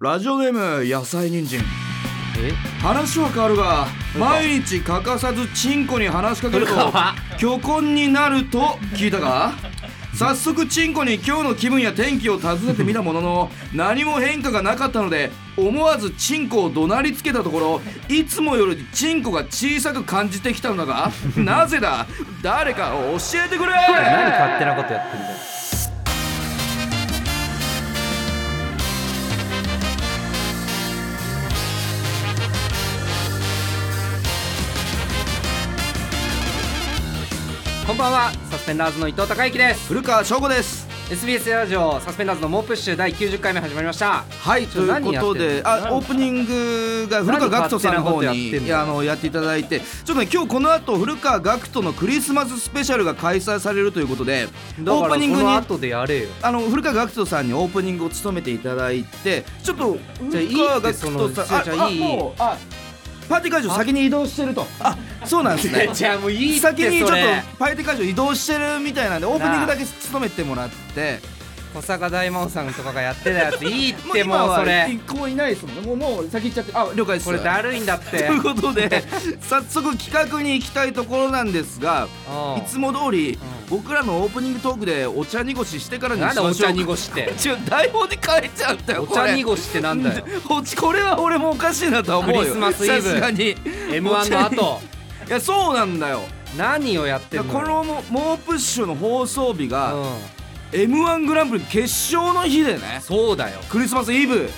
ラジオネーム野菜人参え話は変わるがんか毎日欠かさずチンコに話しかけると古川虚婚になると聞いたが早速チンコに今日の気分や天気を尋ねてみたものの何も変化がなかったので思わずチンコを怒鳴りつけたところいつもよりチンコが小さく感じてきたのだがなぜだ誰か教えてくれ何勝手なことやってんだよこんばんはサスペンダーズの伊藤孝之です古川翔吾です SBS ラジオサスペンダーズの猛プッシュ第90回目始まりましたはいちとょいう何こやとってんでのあオープニングが古川学徒さんの方何勝手なことやってんにのいやあのやっていただいてちょっとね今日この後古川学徒のクリスマススペシャルが開催されるということでオープニングにだからその後でやれよあの古川学徒さんにオープニングを務めていただいてちょっとじゃあいいって古川学その徒じゃさあんじゃあいいもうあパーティー会場先に移動してるとあそうなんですねじゃあもう いいって先にちょっとそれパーティー会場移動してるみたいなんでオープニングだけ務めてもらって小坂大魔王さんとかがやってたやついいっもうて今もうはそれ一個いないですもんねもうもう先行っちゃってあ了解ですこれだるいんだっとていうことで早速企画に行きたいところなんですがうんいつも通り僕らのオープニングトークでお茶濁ししてからにしまなんしょだうお茶し濁しって違う台本に書いちゃったよおこれ茶濁しってなんだよこっちこれは俺もおかしいなとは思うよクリスマスイブさすがに M1 の後いやそうなんだよ何をやってんのこのも猛プッシュの放送日うがん m 1グランプリ決勝の日でねそうだよクリスマスイブ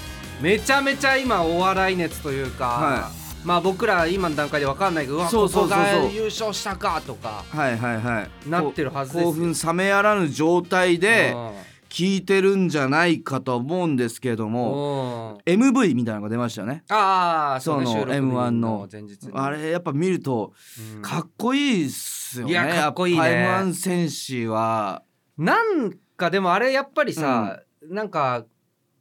めちゃめちゃ今お笑い熱というか、はまあ僕ら今の段階で分かんないけどうわそうこそこうそうそうが優勝したかとかはいはいはいなってるはずですよ興奮冷めやらぬ状態で聞いてるんじゃないかと思うんですけれどうんもうん MV みたいなのが出ましたよねああその収録日 M1 の前日にあれやっぱ見るとうんかっこいいっすよねいやかっこいいねやっぱ M1 戦士はなんかでもあれやっぱりさ、なんか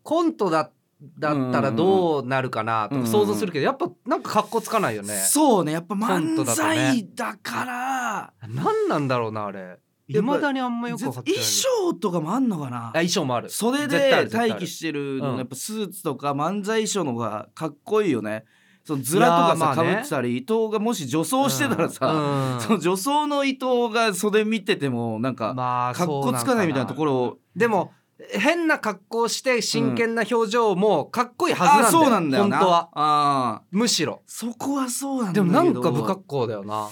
コントだだったらどうなるかなとか想像するけどやっぱなんかかっこつかないよね、そうねやっぱコント漫だとね才だから何なんだろうなあれやいっぱまだにあんまよく分かってない衣装とかもあんのかなあ衣装もある袖絶対あでる絶対ある待機してるのうんやっぱスーツとか漫才衣装の方がかっこいいよねそのズラとかいやさかーまぶあねってたり伊藤がもし女装してたらさ、うんその女装の伊藤が袖見ててもなんかまあかっこつかないみたいなところろをでも変な格好して真剣な表情もかっこいいはずあそうななんんだよだよな本当はあーむしろそこはそうなんだでけどもなんか不格好だよな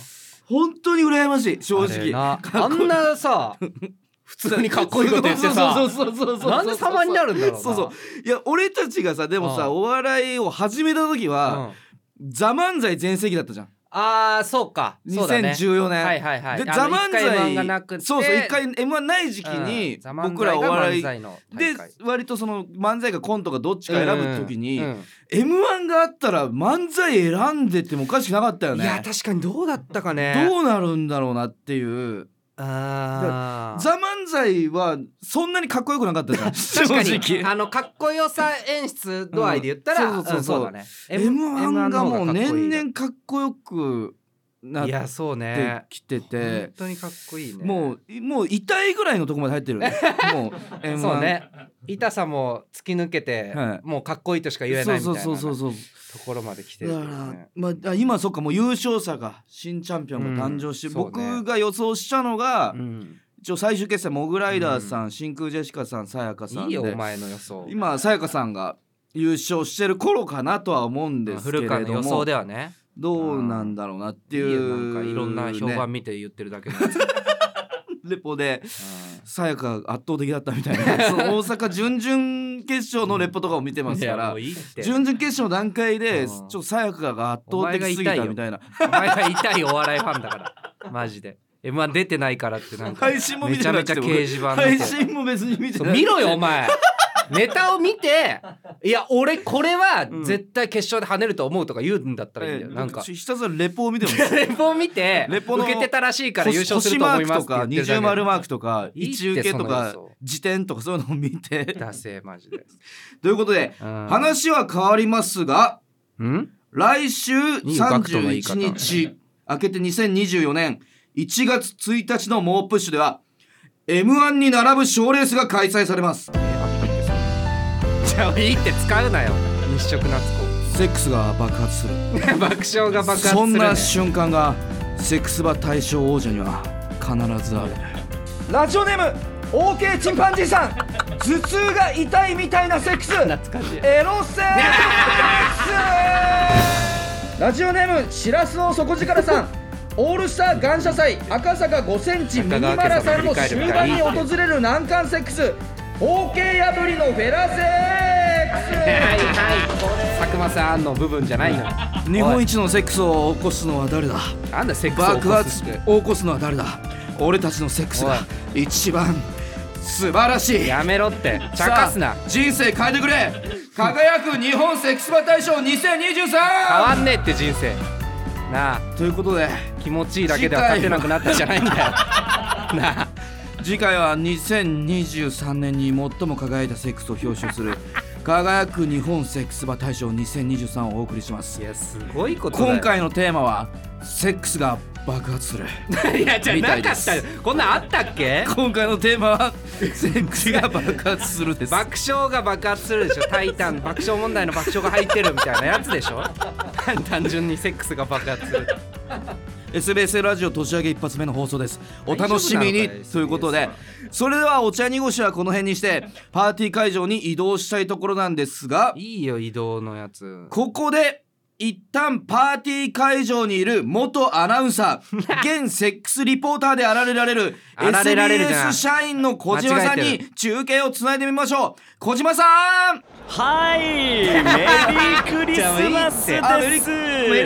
本当に羨ましい正あ直れなかあっこいいんな さ普通にかっこいいこと言ってそさうそうそうそうそうそうなんで様になるんだろうなそうそういや俺たちがさでもさうんお笑いを始めた時はう「んザ漫才全盛期だったじゃんあーそうかそうだね2014年はいはいはいで「あザの漫一回 M1 がなく才てそうそう一回 m 1ない時期にうんザ漫才僕らお笑いがで漫才の大会割とその漫才かコントかどっちか選ぶ時にうん m 1があったら漫才選んでてもおかしくなかったよいやね確かにどうだったかねうどうなるんだろうなっていうあーザ漫才はそんなにかっこよくなかったじゃん 確かに正直あのかっこよさ演出度合いで言ったら、うんん、そうそうそうそうだね m 1がもう年々々かっこよくなっいやそうてねきてて本。当にかっこいいねもういもう痛いぐらいのとこまで入ってるよ ねもう M1 そうね痛さも突き抜けて、はいもうかっこいいとしか言えそなういみたそいうなそうそうとそうころまで来てだるよかね、ら、まあ、あ今そうかもう優勝者が新チャンピオンが誕生して、うんそうね僕が予想したのが、うん一応最終決戦モグライダーさん、真空ジェシカさんさやかさんいいでよお前の予想今さやかさんが優勝してる頃かなとは思うんですけれ古川のど予も想ではねどうなんだろうなっていいいようなんかいろんな評判ね見て言ってるだけのやつ、うんレポでさやか圧倒的だったみたいな その大阪準々決勝のレポとかを見てますかいやらもういいって準々決勝の段階でうんちょっとさやかが圧倒的すぎたみたいなお前が痛いお笑いファンだからマジで M1 出てないからってなんか配信も見めてちゃなめくちゃて掲僕示板見配て信も別に見てそなうい見ろよお前ネタを見ていや俺これはうん絶対決勝で跳ねると思うとか言うんだったらいいんだよ、ええなんかひひたすらレポを見ても レポを見てレポの受けてたらしいから優勝すると思います星マークとかって二言ってるだけ重丸マークとかいいって一受けとかその予想辞典とかそういうのを見てダセえマジで、ということでうん、話は変わりますがうん来週いよガクトの言い31方日明けて2024年1月1日の猛プッシュでは M1 に並ぶ賞レースが開催されますえーあびっくりしたやいいって使うなよ日食夏セックスが爆発する子 爆笑が爆発する、ね、そんな瞬間がセックス場対象王者には必ずあるラジオネーム OK チンパンジー さん頭痛が痛いみたいなセックス懐かしいエロセックスラジオネームしらすの底力さんオールスター感謝祭赤坂5センチミニマラさんの終盤に訪れる難関セックス OK 破りのフェラセック佐久間さんの部分じゃないのス日本一のセックスを起こすのは誰だなんだセックスを起爆こ発すってを起こすのは誰だ俺たちのセックスが一番素晴らしいやめろってちゃさかあすな人生変えてくれ輝く日本セックスバ大賞変わん 2023! ねえって人生なあということで気持ちいいだけでは勝てなくなったじゃないんだよなあ次回は2023年に最も輝いたセックスを表彰する輝く日本セックスバ大賞2023をお送りします いやすごいことだよ今回のテーマはセックスが爆発する いやじゃあみたないかでっすたよこんなんあったっけ今回のテーマは セックスが爆発するです爆笑が爆発するでしょ「タイタン」爆笑問題の爆笑が入ってるみたいなやつでしょ 単純にセックスが爆発する SBS ラジオ年明け一発目の放送ですお楽しみ大丈に夫なのかよということで SBS それではお茶にごしはこの辺にしてパーティー会場に移動したいところなんですがいいよ移動のやつここで一旦パーティー会場にいる元アナウンサ ー現セックスリポーターであられられるあられられるじゃん SBS 社員の小島さん間違えにて中継をつないでみましょう小島さんはい、メリークリスマスじでゃあメリメリーす。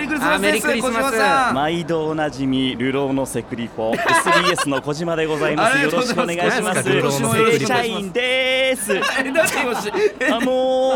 クリスマあスメでリーすクリス小マ島スさん毎度おなじみ流浪のセクリ ポ SBS の小島でございまあす。りがよとうろございしくおます願いします。よろしくお願いします正社員です。えなんて言いましたあの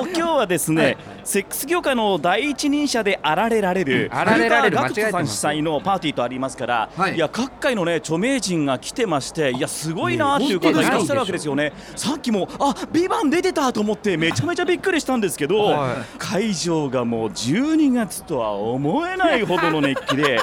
ー、今日はですね、セックス業界の第一人者であられられる、あられられる古川学間徒違えてさんま主す催のパーティーとありますから、はいい、や各界のね著名人が来てまして、いやすごいなっていう方がいらっしゃるわけですよね。さっきもあビバン出てたと思ってめちゃめちゃびっくりしたんですけど、はい会場がもう12月とは思えないほどの熱気で。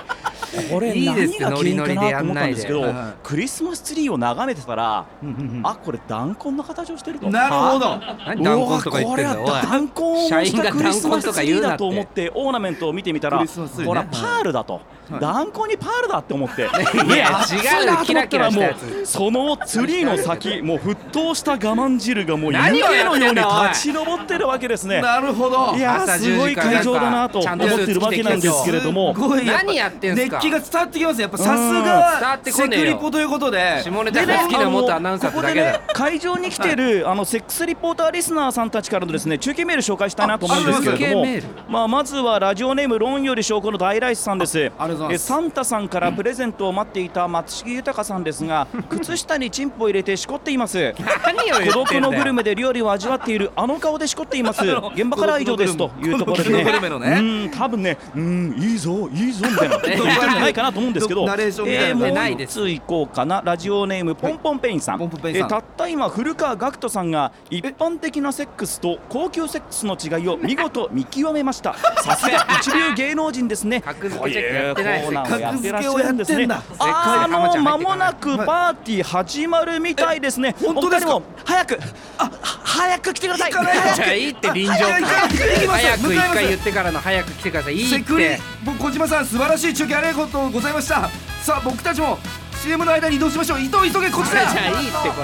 これいい何ですが原因かなと思ったんですけどノリノリでやんないでクリスマスツリーを眺めてたら、んあこれ弾痕の形をしてるとなる ほど何弾痕とか言ってんだうよわこれはおい弾痕を模したクリスマスツリーだと思っ社てオーナメントを見てみたクらリスマスツリーねほらパールだとはい弾痕にパールだって思っ て いや違うキラキラしたもやつうそのツリーの先もう沸騰した我慢汁がもう湯気何をやっのてようんだおいに立ち上ってるわけですねなるほどいや朝10ーすごい会場だなと時思間っからてるわけなんですけれどもすごいやっぱ何やってんすか熱気が伝わってきますやっぱさうん伝わっすてがこセねえよクリポということでネタが好きな元アナウンサーってだけだよここでね会場に来てる、あのセックスリポーターリスナーさんたちからのですね中継メール紹介したいなと思うんですけれあども中継メー、まあまずはラジオネーム論より証拠の大ライスさんです。ありがとうございますえサンタさんからプレゼントを待っていた松重豊さんです が、靴下にチンポを入れてしこっています。何を言孤っ独てんだよのグルメで料理を味わっているあの顔でしこっています。現場からは以上ですというところでね。孤独のグルメのねうん、多分ね、うん、いいぞ、いいぞみたいな、言ってないかなと思うんですけど。ナレーションみたいなえーもうないで一つ行こうかな、ラジオネームポンポンペインさん。ポンポンペインさんえーたった今、古川学徒さんが一般的なセックスと高級セックスの違いを見事見極めました。さすが一流芸能人ですね。格付けチェックやってないこういうコーナーをやってらっしゃるんですね。格付けをやってあんだの、間もなくパーティー始まるみたいですね。本当ですかお二人も早く、あ、早く来てください。行かない早くじゃあいいって臨場いやい感や行きます早く一向かいます回言ってからの早く来てくださいいいセっクリて僕小島さん素晴らしい中継ありがとうございましたさあ僕たちも CM の間に移動しましょう移動急げこっちじゃだあいいってこ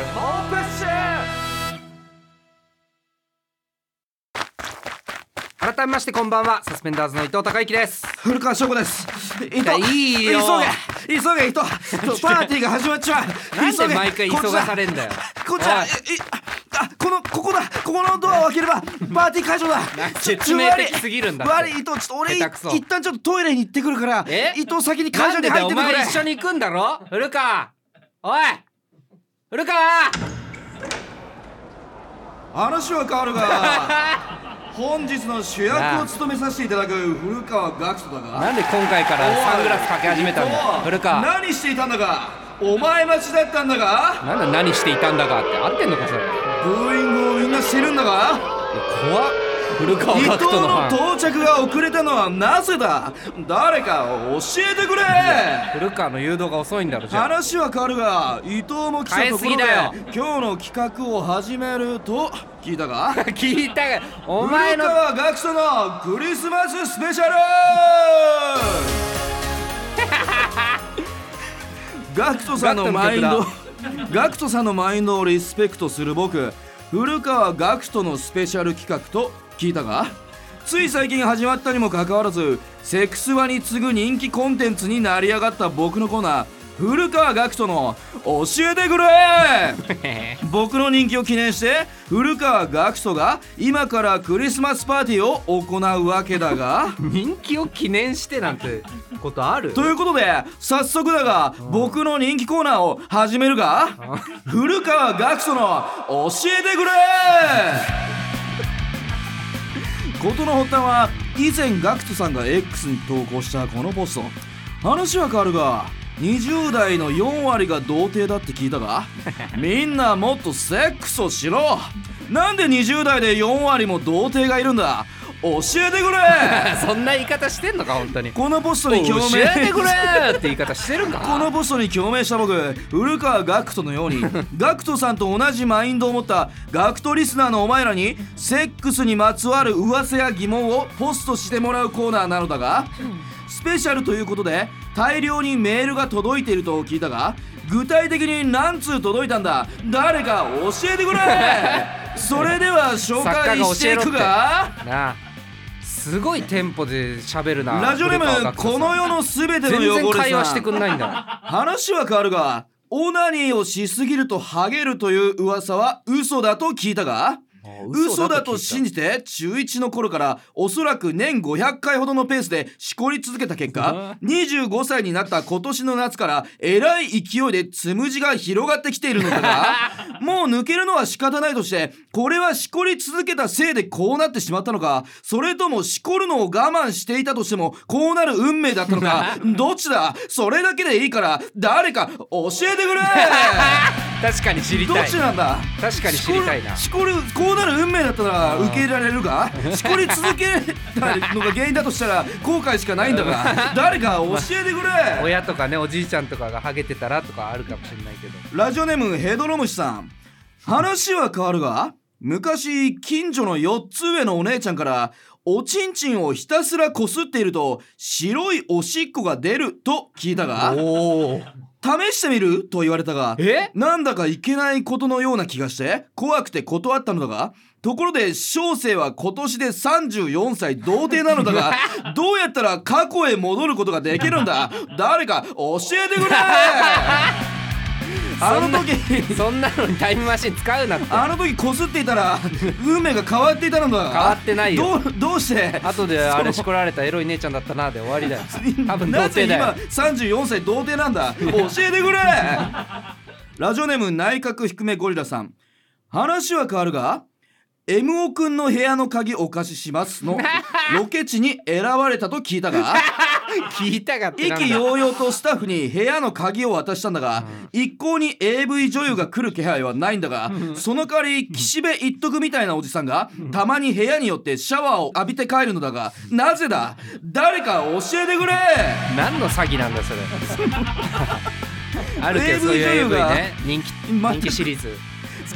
れ改めましてこんばんはサスペンダーズの伊藤孝之です古川翔吾です伊や藤いいよ急げ急げ伊藤パーティーが始まっちまうなん急でげ毎回急こっちがだされんだよこっちだおいえいあこのここだここのドアを開ければパーティー会場だなんかちょ説明的すぎるんだって悪い悪い伊藤ちょっと俺い下手くそ一旦ちょっとトイレに行ってくるからえ伊藤先に会場なにんでだ入っよおててく前れ一緒に行くんだろ古川おい古川話は変わるが本日の主役を務めさせていただく古川学徒だがなんで今回からサングラスかけ始めたんだよおい古川何していたんだかお前待ちだったんだがなんだ何していたんだかって合ってんのかそれいやブーイングをみんなしてるんだが怖っ古川伊藤角人のフのァン到着が遅れたのはなぜだ誰か教えてくれ古川の誘導が遅いんだろじゃあ話は変わるが伊藤も来たところで変えす今日の企画を始めると聞いたが聞いたがお前の古川学人のクリスマススペシャルガクトさんのマインドガク ガクトさんのマインドをリスペクトする僕古川ガクトのスペシャル企画と聞いたがつい最近始まったにもかかわらずセクスワに次ぐ人気コンテンツになり上がった僕のコーナー古川ガクトの教えてくれ 僕の人気を記念して古川学徒が今からクリスマスパーティーを行うわけだが人気を記念してなんてことあるということで早速だが僕の人気コーナーを始めるが古川学徒の教えてくれ事の発端は以前 GACKT さんが X に投稿したこのポスト話は変わるが20代の4割が童貞だって聞いたがみんなもっとセックスをしろなんで20代で4割も童貞がいるんだ教えてく れそんな言い方してんのか本当にこのポスト教に共鳴えてくれーって言い方してるんかこのポストに共鳴した僕古川ガクトのよう にガクトさんと同じマインドを持ったガクトリスナーのお前らにセックスにまつわる噂や疑問をポストしてもらうコーナーなのだがスペシャルということで大量にメールが届いていると聞いたが具体的に何通届いたんだ誰か教えてくれ それでは紹介していく作家がなあすごいテンポで喋るなラジオネ古川ーム学徒さんこの世のすべての汚れ全さん然会話してくんないんだな話は変わるがオナニーをしすぎるとハゲるという噂は嘘だと聞いたが嘘だと信じて中1の頃からおそらく年500回ほどのペースでしこり続けた結果25歳になった今年の夏からえらい勢いでつむじが広がってきているのだがもう抜けるのは仕方ないとしてこれはしこり続けたせいでこうなってしまったのかそれともしこるのを我慢していたとしてもこうなる運命だったのかどっちだそれだけでいいから誰か教えてくれ確かに知りどたっいちなんだ確かに知りたいなしこるしこるこうなる運命だったら受け入れられる かしこり続けたのが原因だとしたら後悔しかないんだから 誰か教えてくれ親とかねおじいちゃんとかがハゲてたらとかあるかもしれないけどラジオネームヘドロムシさん話は変わるが昔近所の4つ上のお姉ちゃんからおちんちんをひたすらこすっていると白いおしっこが出ると聞いたがおお試してみると言われたがえなんだかいけないことのような気がして怖くて断ったのだがところで小生は今年で34歳童貞なのだが どうやったら過去へ戻ることができるんだ誰か教えてくれあの時そんなのにタイムマシン使うなってあの時こすっていたら運命が変わっていたのだが変わってないよどうどうして後であれしこられたエロい姉ちゃんだったなで終わりだよ多分童なぜ貞だ今よ34歳童貞なんだ教え てくれラジオネーム内閣低めゴリラさん話は変わるが M おくんの部屋の鍵お貸しします のロケ地に選ばれたと聞いたが聞いたかって意なん気だ揚々とスタッフに部屋の鍵を渡したんだが、一向に AV 女優が来る気配はないんだが、その代わり岸辺一徳みたいなおじさんがたまに部屋によってシャワーを浴びて帰るのだがなぜだ誰か教えてくれ何の詐欺なん だそれあるけどそう AV いう女優 AV がね人気ま人気シリーズ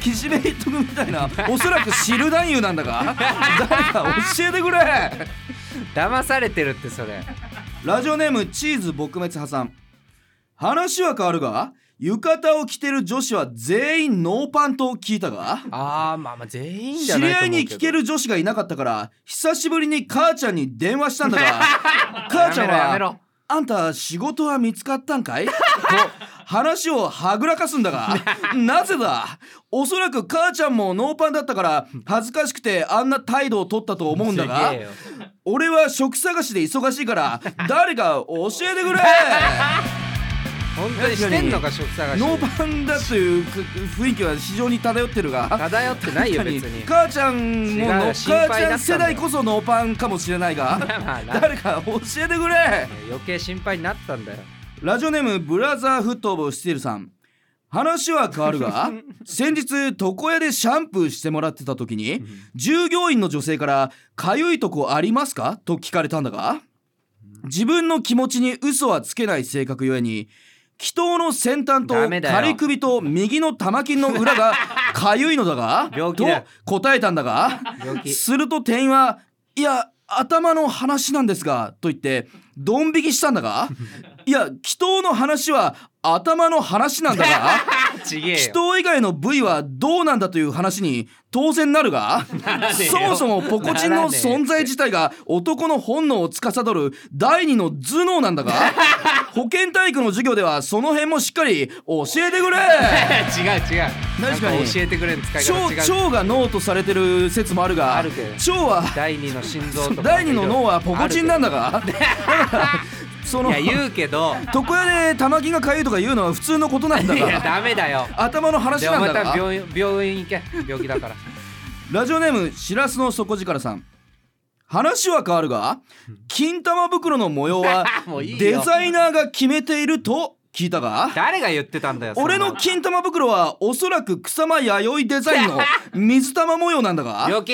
岸辺一徳みたいなおそらく知る男優なんだが誰か教えてくれ騙されてるってそれラジオネームチーズ撲滅破産話は変わるが浴衣を着てる女子は全員ノーパンと聞いたがあーまあまあ全員じゃ知なりいと合思いうけにど聞ける女子がいなかったから久しぶりに母ちゃんに電話したんだ が母ちゃんやめろやはめろ「あんた仕事は見つかったん かい?」と話をはぐらかすんだがなぜだおそらく母ちゃんもノーパンだったから恥ずかしくてあんな態度を取ったと思うんだがすげえよ俺は職探しで忙しいから誰か教えて くれ本当にしてんのか職探しノーパンだというく雰囲気は非常に漂ってるが漂ってないよ別に母ちゃんもの違う母よち心配だったんだよゃん世代こそノーパンかもしれない がまあな誰か教えてくれ余計心配になったんだよラジオネームブラザーフットボールスティールさん話は変わる が先日床屋でシャンプーしてもらってた時に従業員の女性から「かゆいとこありますか?」と聞かれたんだが自分の気持ちに嘘はつけない性格ゆえに祈祷の先端とダメだよ仮首と右の玉筋の裏 がかゆいのだが病気とだよ答えたんだが病気すると店員は「いや頭の話なんですが」と言ってドン引きしたんだが 「いや祈祷の話は頭の話なんだが」ち げえ祈よ祷以外の部位はどうなんだという話に当然なるがねえよそもそもポコチンの存在自体が男の本能を司る第二の頭脳 なんだが保健体育の授業ではその辺もしっかり教えてくれ違う違う確かになん教えてくれん使い 方違う腸腸が脳とされてる説もあるがあるけど腸は第二の心臓とか第二の脳はポコチンなんだがだからそのいや言うけど床屋で玉金がかゆいとか言うのは普通のことなんだいがやダメだよ頭の話じゃなあんまだたが病院病院行け病気だからラジオネームしらすの底力さん話は変わるが金玉袋の模様は もういいよデザイナーが決めていると聞いたが誰が言ってたんだよそんな俺の金玉袋はおそらく草間弥生デザインの水玉模様なんだが病気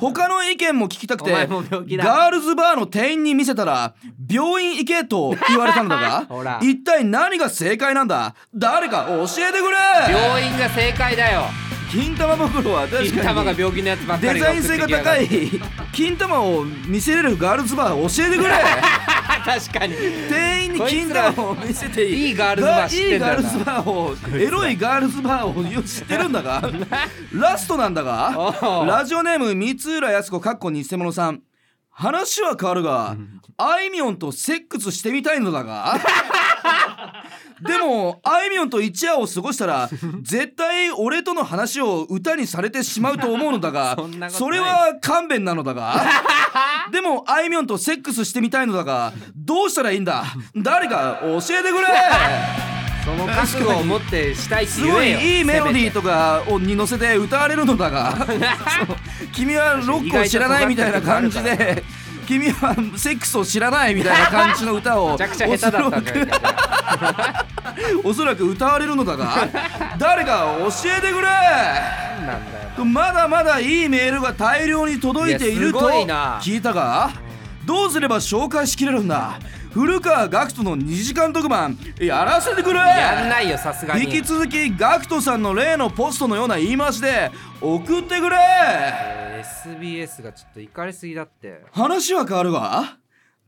他の意見も聞きたくておガ前も病気だールズバーの店員に見せたら病院行けと言われたのだ ほがら一体何が正解なんだ誰か教えてくれ病院が正解だよ金玉袋は確かに金玉が病気のやつばっかデりザイン性が高い金玉を見せれるガールズバー教えてく れあ 確かに店員に金玉を見せていいいいガールズバー知ってんだよないガーいルズバーをエロいガールズバーを知ってるんだ がラストなんだがおうラジオネーム三浦靖子かっこ偽物さん話は変わるが、あいみょんとセックスしてみたいのだ がでもあいみょんと一夜を過ごしたら絶対俺との話を歌にされてしまうと思うのだがそんなことないれは勘弁なのだ がでもあいみょんとセックスしてみたいのだがどうしたらいいんだ誰か教えてくれその覚悟を持ってしたいってす言ごえよいいいメロディーととかをに乗せて歌われるのだ がそう君はロックを知らないみたいな感じで君はセックスを知らないみたいな感じの歌を めちゃくちゃ下手だったんだよねおそらく歌われるのだが誰か教えてくれ何なんだよとまだまだいいメールが大量に届いていいやるすとごいな聞いたがどうすれば紹介しきれるんだ古川学徒の2時間特番やらせてくれやんないよさすがに引き続きガクトさんの例のポストのような言い回しで送ってくれえー SBS がちょっといかれすぎだって話は変わるが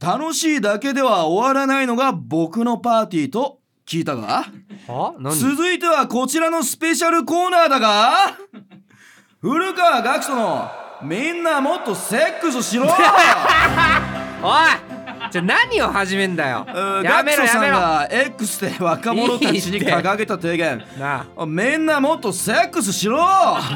楽しいだけでは終わらないのが僕のパーティーと聞いたがは何続いてはこちらのスペシャルコーナーだが古川学徒のみんなもっとセックスし ろおいじゃあ何を始めんだようんや学め徒ろやさんめろなが X で若者たちに掲げた提言あみんなもっとセックス しろ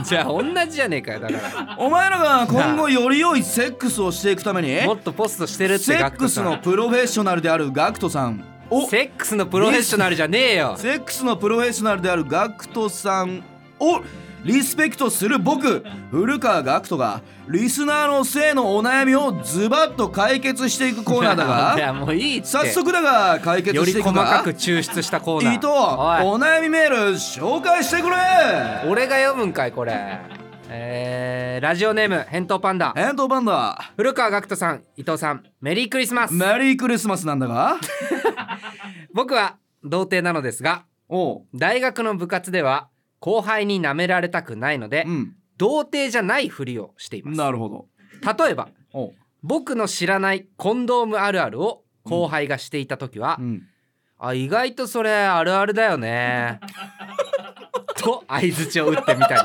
じゃあ同じじゃねえかよだ かお前らが今後より良いセックスをしていくためにらもっとポストしてるってセックスのプロフェッショナルであるガクトさんをセセックスのプロフェッショナルじゃねえよックスのプロフェッショナルであるガクトさんをリスペクトする僕古川ガクトがリスナーの性のお悩みをズバッと解決していくコーナーだい やがもういいって早速だが解決よしりてい細くかがく抽出したコー伊ナー藤おお悩みメール紹介してくれい俺が読むんかいこれえー、ラジオネーム返答パンダ返答バンダ古川学人さん伊藤さんメリークリスマスメリークリスマスなんだ が僕は童貞なのですがおう大学の部活では後輩に舐められたくないので、うん童貞じゃないふりをしていますなるほど例えばおう僕の知らないコンドームあるあるを後輩がしていた時は、うんあ意外とそれあるあるだ よねと相づちを打ってみたり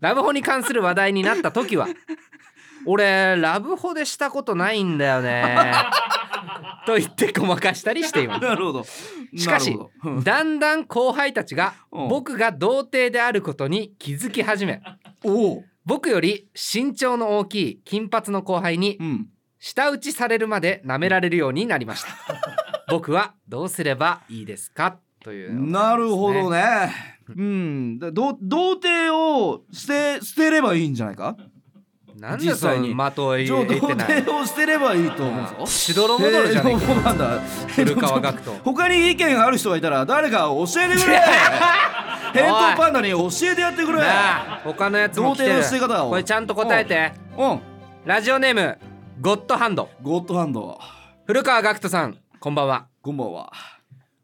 ラブホに関する話題になった時は俺ラブホでしたことないんだよねと言ってごまかしたりしていますなるほどしかなしるほどうんだんだん後輩たちがうん僕が童貞であることに気づき始めおう僕より身長の大きい金髪の後輩にうん舌打ちされるまで舐められるようになり ました僕はどうすればいいですかというのですねなるほどね。うん、だど童貞を捨て捨てればいいんじゃないか。なんで実そ際にの的を上言って童ない貞を捨てればいいと思うんですよしどろもどろじゃねえかえーそうなんだ古川学徒他に意見ある人がいたら誰か教 えてくれ返答パンダに教えてやってくれなあ他のやつも来て童貞るの捨て方をこれちゃんと答えてうんラジオネームゴッドハンドゴッドハンド古川学徒さんこんばんはこんばんは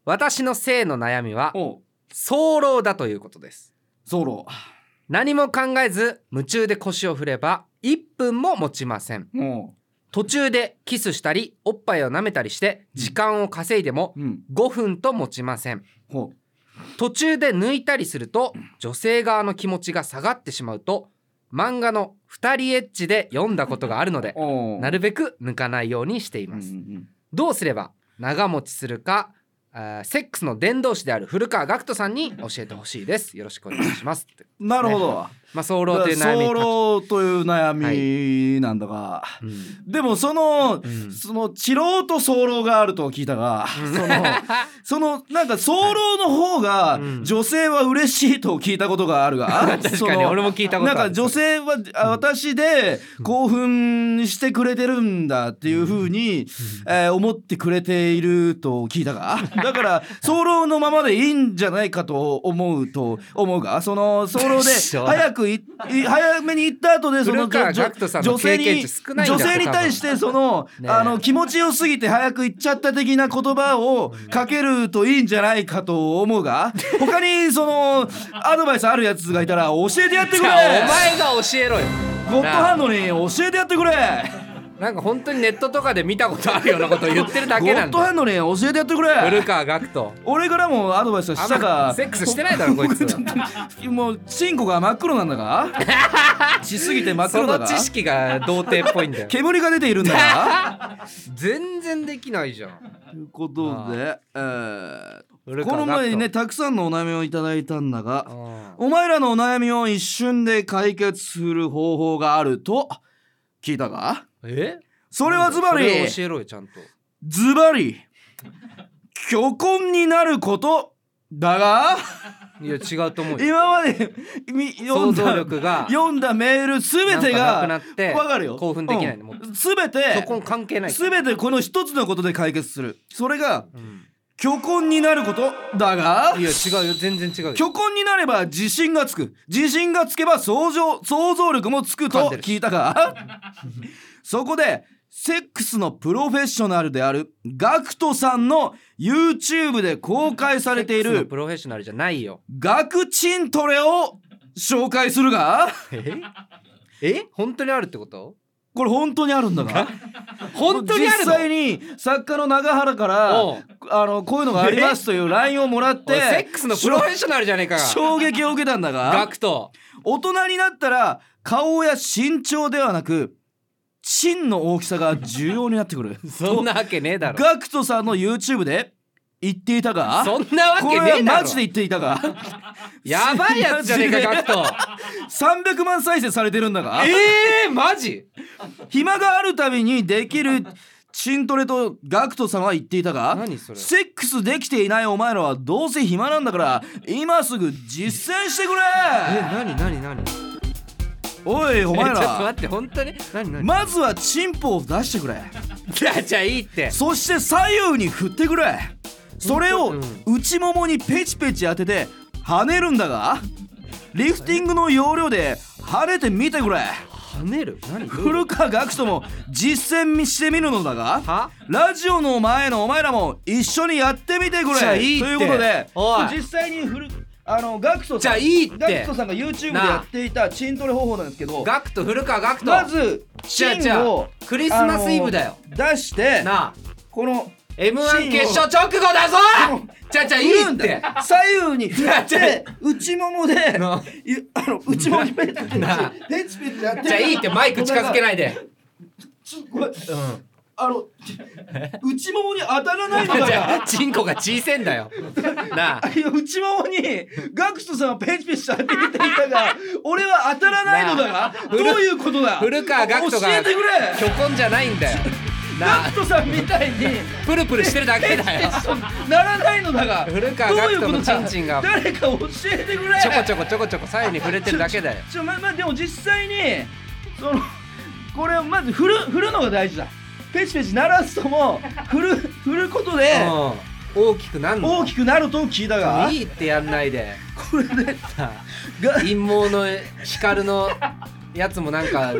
私の性の悩みはおう早漏だということですソロ何も考えず夢中で腰を振れば1分も持ちませんうん途中でキスしたりおっぱいを舐めたりして時間を稼いでもうん5分と持ちませんほ途中で抜いたりすると女性側の気持ちが下がってしまうと漫画の「二人エッチ」で読んだことがあるのでうおうなるべく抜かないようにしていうんうますんどうすれば長持ちするかあーセックスの伝道師である古川学徒さんに教えてほしいですよろしくお願いしますってうんなるほどまあ早ソ漏という悩みロという悩みなんだがうんでもそのうんその治療と早漏があると聞いたがそのそのなんか早漏の方がうん女性は嬉しいと聞いたことがあるが 確そかにの俺も聞いたことあなるんか女性はあ私で興奮してくれてるんだっていうふうに、えー思ってくれていると聞いたがだから 早漏のままでいいんじゃないかと思うと思うがその早漏そう で早くいい早めに行った後でその古川女学徒さんの女性経験に値少ないんだ女性に対してその,、ねえあの気持ちよすぎて早く行っちゃった的な言葉をかけるといいんじゃないかと思う が他にそのアドバイスあるやつがいたら教えてやってくじれゃあお前が教えろよゴッドハンドに教えてやってくれなんか本当にネットとかで見たことあるようなことを言ってるだゴけなッんドハだンドに教えてやってく古れ川学徒俺からもアドバイスしたあんかまセックスしてないだ ろこいつもうチンコが真っ黒なんだ かしすぎて真っそ黒だのが知識が童貞っぽいん だよ煙が出ているんだ が全然できないじゃんということで、えー古こ川の学徒前にねたくさんのお悩みをいただいたんだがうんお前らのお悩みを一瞬で解決する方法があると聞いたがえそれはズバそリれを教えろよちゃんとズバリ虚婚になることだ がいや違うと思うよ今までみ読想んだ像力が読んだメールすべてなんかながくなってわかるよ興奮できないのもうすべそてこ関係ないすべてこの一つのことで解決するそれがうん虚婚になることだがいや違うよ全然違うよ虚婚になれば自信がつく自信がつけば想像想像力もつく噛とんでる聞いた がそこでセックスのプロフェッショナルである GACKT さんの YouTube で公開されていセックスのるプロフェッショナルじゃないよ「ガクチントレ」を紹介するがええ本当にあるってことこれ本当にあるんだが 本当にあるの実際に作家の長原からおうあのこういうのがありますという LINE をもらっ おいてセックスのプロフェッショナルじゃねえか衝撃を受けたんだがガクト大人になったら顔や身長ではなくチンの大きさが重要になってくる そんなわけねえだろガクトさんの YouTube で言っていたがそんなわこけれねはえだマろジで言っていたが やばいやつじゃねえかガクト300万再生されてるんだがええマジ暇があるたびにできるチントレとガクトさんは言っていたが何それセックスできていないお前らはどうせ暇なんだから今すぐ実践してくれえ何何何おいおえ前ちょっとら待って本当に何何まずはチンポを出してくれじゃあじゃあいいってそして左右に振ってくれそれを内ももにペチペチ当てて跳ねるんだがリフティングの要領で跳ねてみてくれ跳ねる何古川学徒も実践してみるのだがはラジオの前のお前らも一緒にやってみてくれじゃあいいってということでおい実際に古あの学徒さんじゃあいいって学徒さんが YouTube でやっていたチントレ方法なんですけどガクト古川ガクトまずじゃあチじンゃをあクリスマスイブだよあの出してなあこの M1 決勝直後だぞじゃあじゃあいいって左右に振っじゃあて内ももでなあゆあの内ももにペチペチなあペチペチやってじゃあいい ってマイク近づけないでちょごめんあの内ももに当たらないの じだゃよあチンコが小せんだよなあいや内ももにガクトさんはペチペチ当てていたが 俺は当たらないのだがどういうことだ古川ガクトが教えてくれ虚婚じゃないんだよなガあクトさんみたいにプルプルしてるだけだよならないのだが古川ガクトのチンチンがどういうことだ誰か教えてくれちょこちょこちょこちょこ左右に触れてるだけだよちょままでも実際にそのまず振る振るのが大事だペチペチ鳴らすとも振る振ることでうん大きくなんの大きくなると聞いたがいいってやんないでこれでさあが陰謀の光のやつもなんか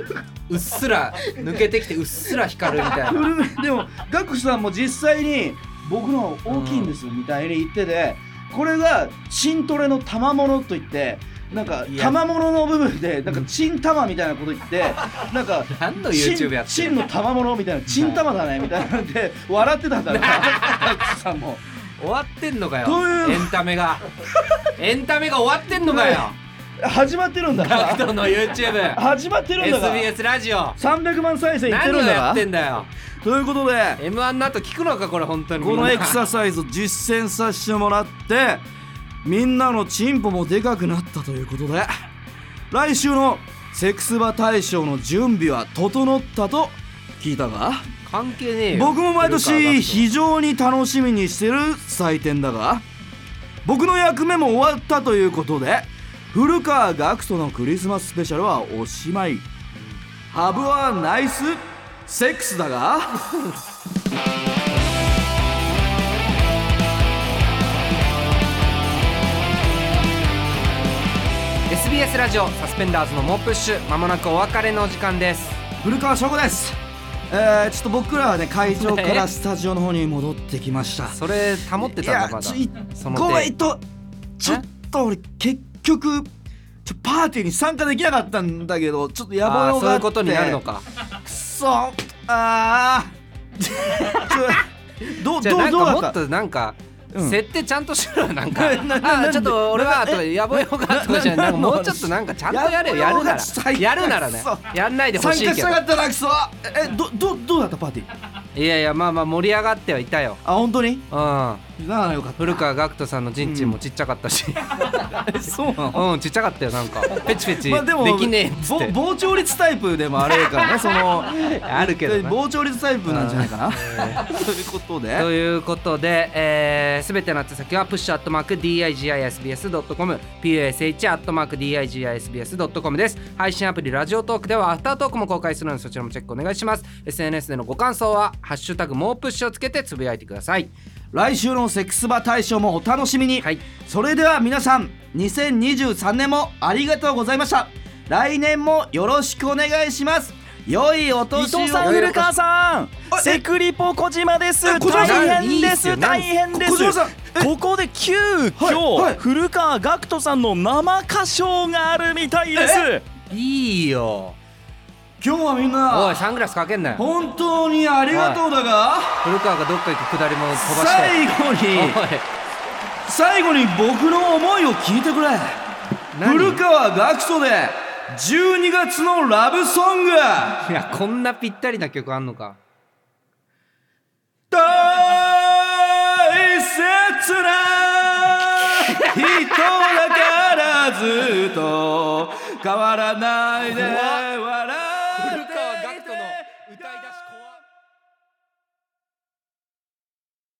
うっすら抜けてきてうっすら光るみたいな古めでもガクさんも実際に僕の方が大きいんですみたいに言ってて、これがチントレの玉物といってなんかいや玉物の部分でなんかチン玉みたいなこと言ってなんか 何のチ YouTube やンってチるンの玉物みたいなチン玉だねみたいなんで笑ってたんだろうなガクさんも終わってんのかよどういうエンタメがエンタメが終わってんのかよ始まってるんガクだトの YouTubeSBS 始まってるんだからラジオ300万再生いって何をるんだやかってんだよということで m 1の後聞くのかこれ本当にこのエクスササイズ実践させてもらってみんなのチンポもでかくなったということで来週のセクスバ大賞の準備は整ったと聞いたが関係ねえよ僕も毎年ひ非常に楽しみにしてる祭典だが僕の役目も終わったということで古川学徒のクリスマススペシャルはおしまいハブはナイスセックスだがど SBS ラジオサスペンダーズの猛プッシュまもなくお別れのお時間です古川翔吾ですえー、ちょっと僕らは ね会場からスタジオの方に戻ってきましたそれ保っていたやんだまだちその手ごめんとちょっと俺結局ちょパーティーに参加できなかったんだけどちょっと野あ望ーがあそういっうてことになるのかくそああ ーちょどうじゃあどなうんどうかだもっったとなんかうん設定ちゃんとしろよなんか なななんあでちょっと俺はなとかやぼよがとかじゃなないなんかもうなちょっとなんかちゃんとやれよややぼよるがなちょっと最ら悪やるならねそうやんないでほ参しい加けしどたかったなくそえどどどうだったパーティーいやいやまあまあ盛り上がってはいたよあ本当にうんなあよかった古川学徒さんの陣地もちっちゃかったし、 そうなのうん、ちっちゃかったよなんかペチペチでまあでもきねえっつって、ぼ膨張率タイプでもあれやから ねそのあるけどな膨張率タイプなんじゃない かなということでということで、えー、全ての宛先は push.digisbs.com push.digisbs.com です配信アプリラジオトークではアフタートークも公開するのでそちらもチェックお願いします SNS でのご感想は「ハッシュタグもうプッシュ」をつけてつぶやいてください来週のセックスバ大賞もお楽しみに、はいそれでは皆さん2023年もありがとうございました来年もよろしくお願いします良いお伊年を藤さん、古川さん、セクリポ小島です。え小島さん大変いいでっすよす。大変です。小島さんここで急遽、はいはい古川学徒さんの生歌唱があるみたいです。いいよ今日はみんおないサングラスかけんなよ本当にありがとうだが古川がどっか行くくだりも飛ばして最後におい最後に僕の思いを聞いてくれ何古川学徒で12月のラブソングいやこんなぴったりな曲あんのか大切な人だからずっと変わらないで笑